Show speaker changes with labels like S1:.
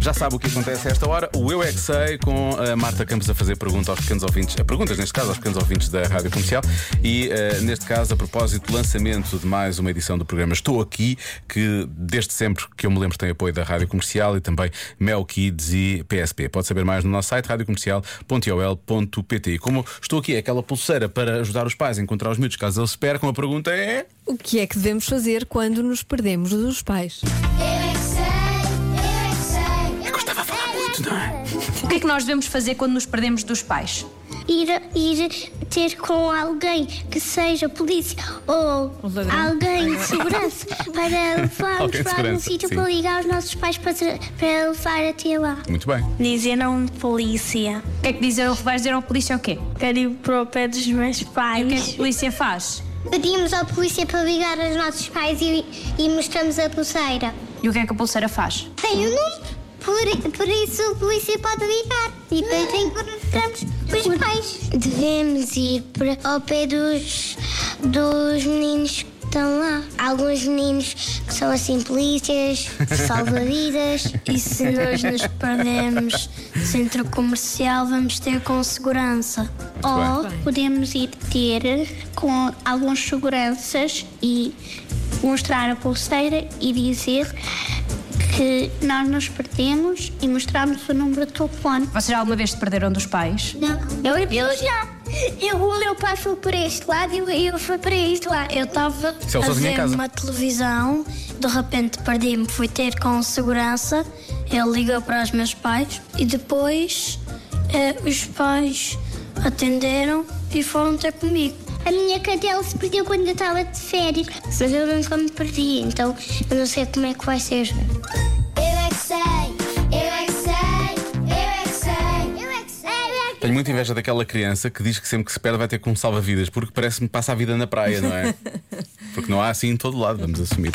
S1: Já sabe o que acontece a esta hora, o Eu É Que Sei, com a Marta Campos a fazer pergunta aos pequenos ouvintes, a perguntas neste caso aos pequenos ouvintes da Rádio Comercial e eh, neste caso a propósito do lançamento de mais uma edição do programa Estou Aqui, que desde sempre que eu me lembro tem apoio da Rádio Comercial e também Mel Kids e PSP. Pode saber mais no nosso site radiocomercial.ol.pt. E Como Estou Aqui é aquela pulseira para ajudar os pais a encontrar os miúdos caso eles se percam, a pergunta é...
S2: O que é que devemos fazer quando nos perdemos dos pais?
S3: Eu é que sei, eu é que sei. Eu gostava de falar muito, não é?
S4: O que é que nós devemos fazer quando nos perdemos dos pais?
S3: Ir, ir ter com alguém que seja polícia ou alguém de segurança para
S1: Alguém
S3: levarmos
S1: de
S3: para algum
S1: segurança,
S3: sítio
S1: sim.
S3: para ligar os nossos pais para, tra- para levar até lá.
S1: Muito bem.
S5: Dizer a um polícia.
S4: O que é que dizer, vais dizer ao polícia o quê?
S5: Quero ir para o pé dos meus
S4: E o que é que
S5: pais.
S4: a polícia faz?
S3: Pedimos à polícia para ligar aos nossos pais e, e mostramos a pulseira.
S4: E o que é que a pulseira faz?
S3: Tem o número, por, por isso a polícia pode ligar. E depois encontramos os pais. Devemos ir para, ao pé dos, dos meninos que estão lá. Há alguns meninos que são assim polícias, salva-vidas.
S5: E se nós nos perdemos no centro comercial, vamos ter com segurança.
S1: Ou
S5: podemos ir ter com alguns seguranças e mostrar a pulseira e dizer que nós nos perdemos e mostrarmos o número de telefone.
S4: Vocês já alguma vez se perderam dos pais?
S3: Eu, eu já. Eu, o meu pai foi para este lado e eu, eu fui para este lado.
S5: Eu estava
S1: Isso é o
S5: a
S1: sozinho em
S5: ver
S1: casa.
S5: uma televisão, de repente perdi-me, fui ter com segurança, ele ligou para os meus pais e depois eh, os pais atenderam e foram ter comigo.
S3: A minha cadela se perdeu quando eu estava de férias, mas eu nunca me perdi, então eu não sei como é que vai ser. Eu é que sei, eu é que sei, eu é que sei, eu é que sei.
S1: Tenho muita inveja daquela criança que diz que sempre que se perde vai ter com um salva-vidas, porque parece-me que passa a vida na praia, não é? Porque não há assim em todo lado, vamos assumir.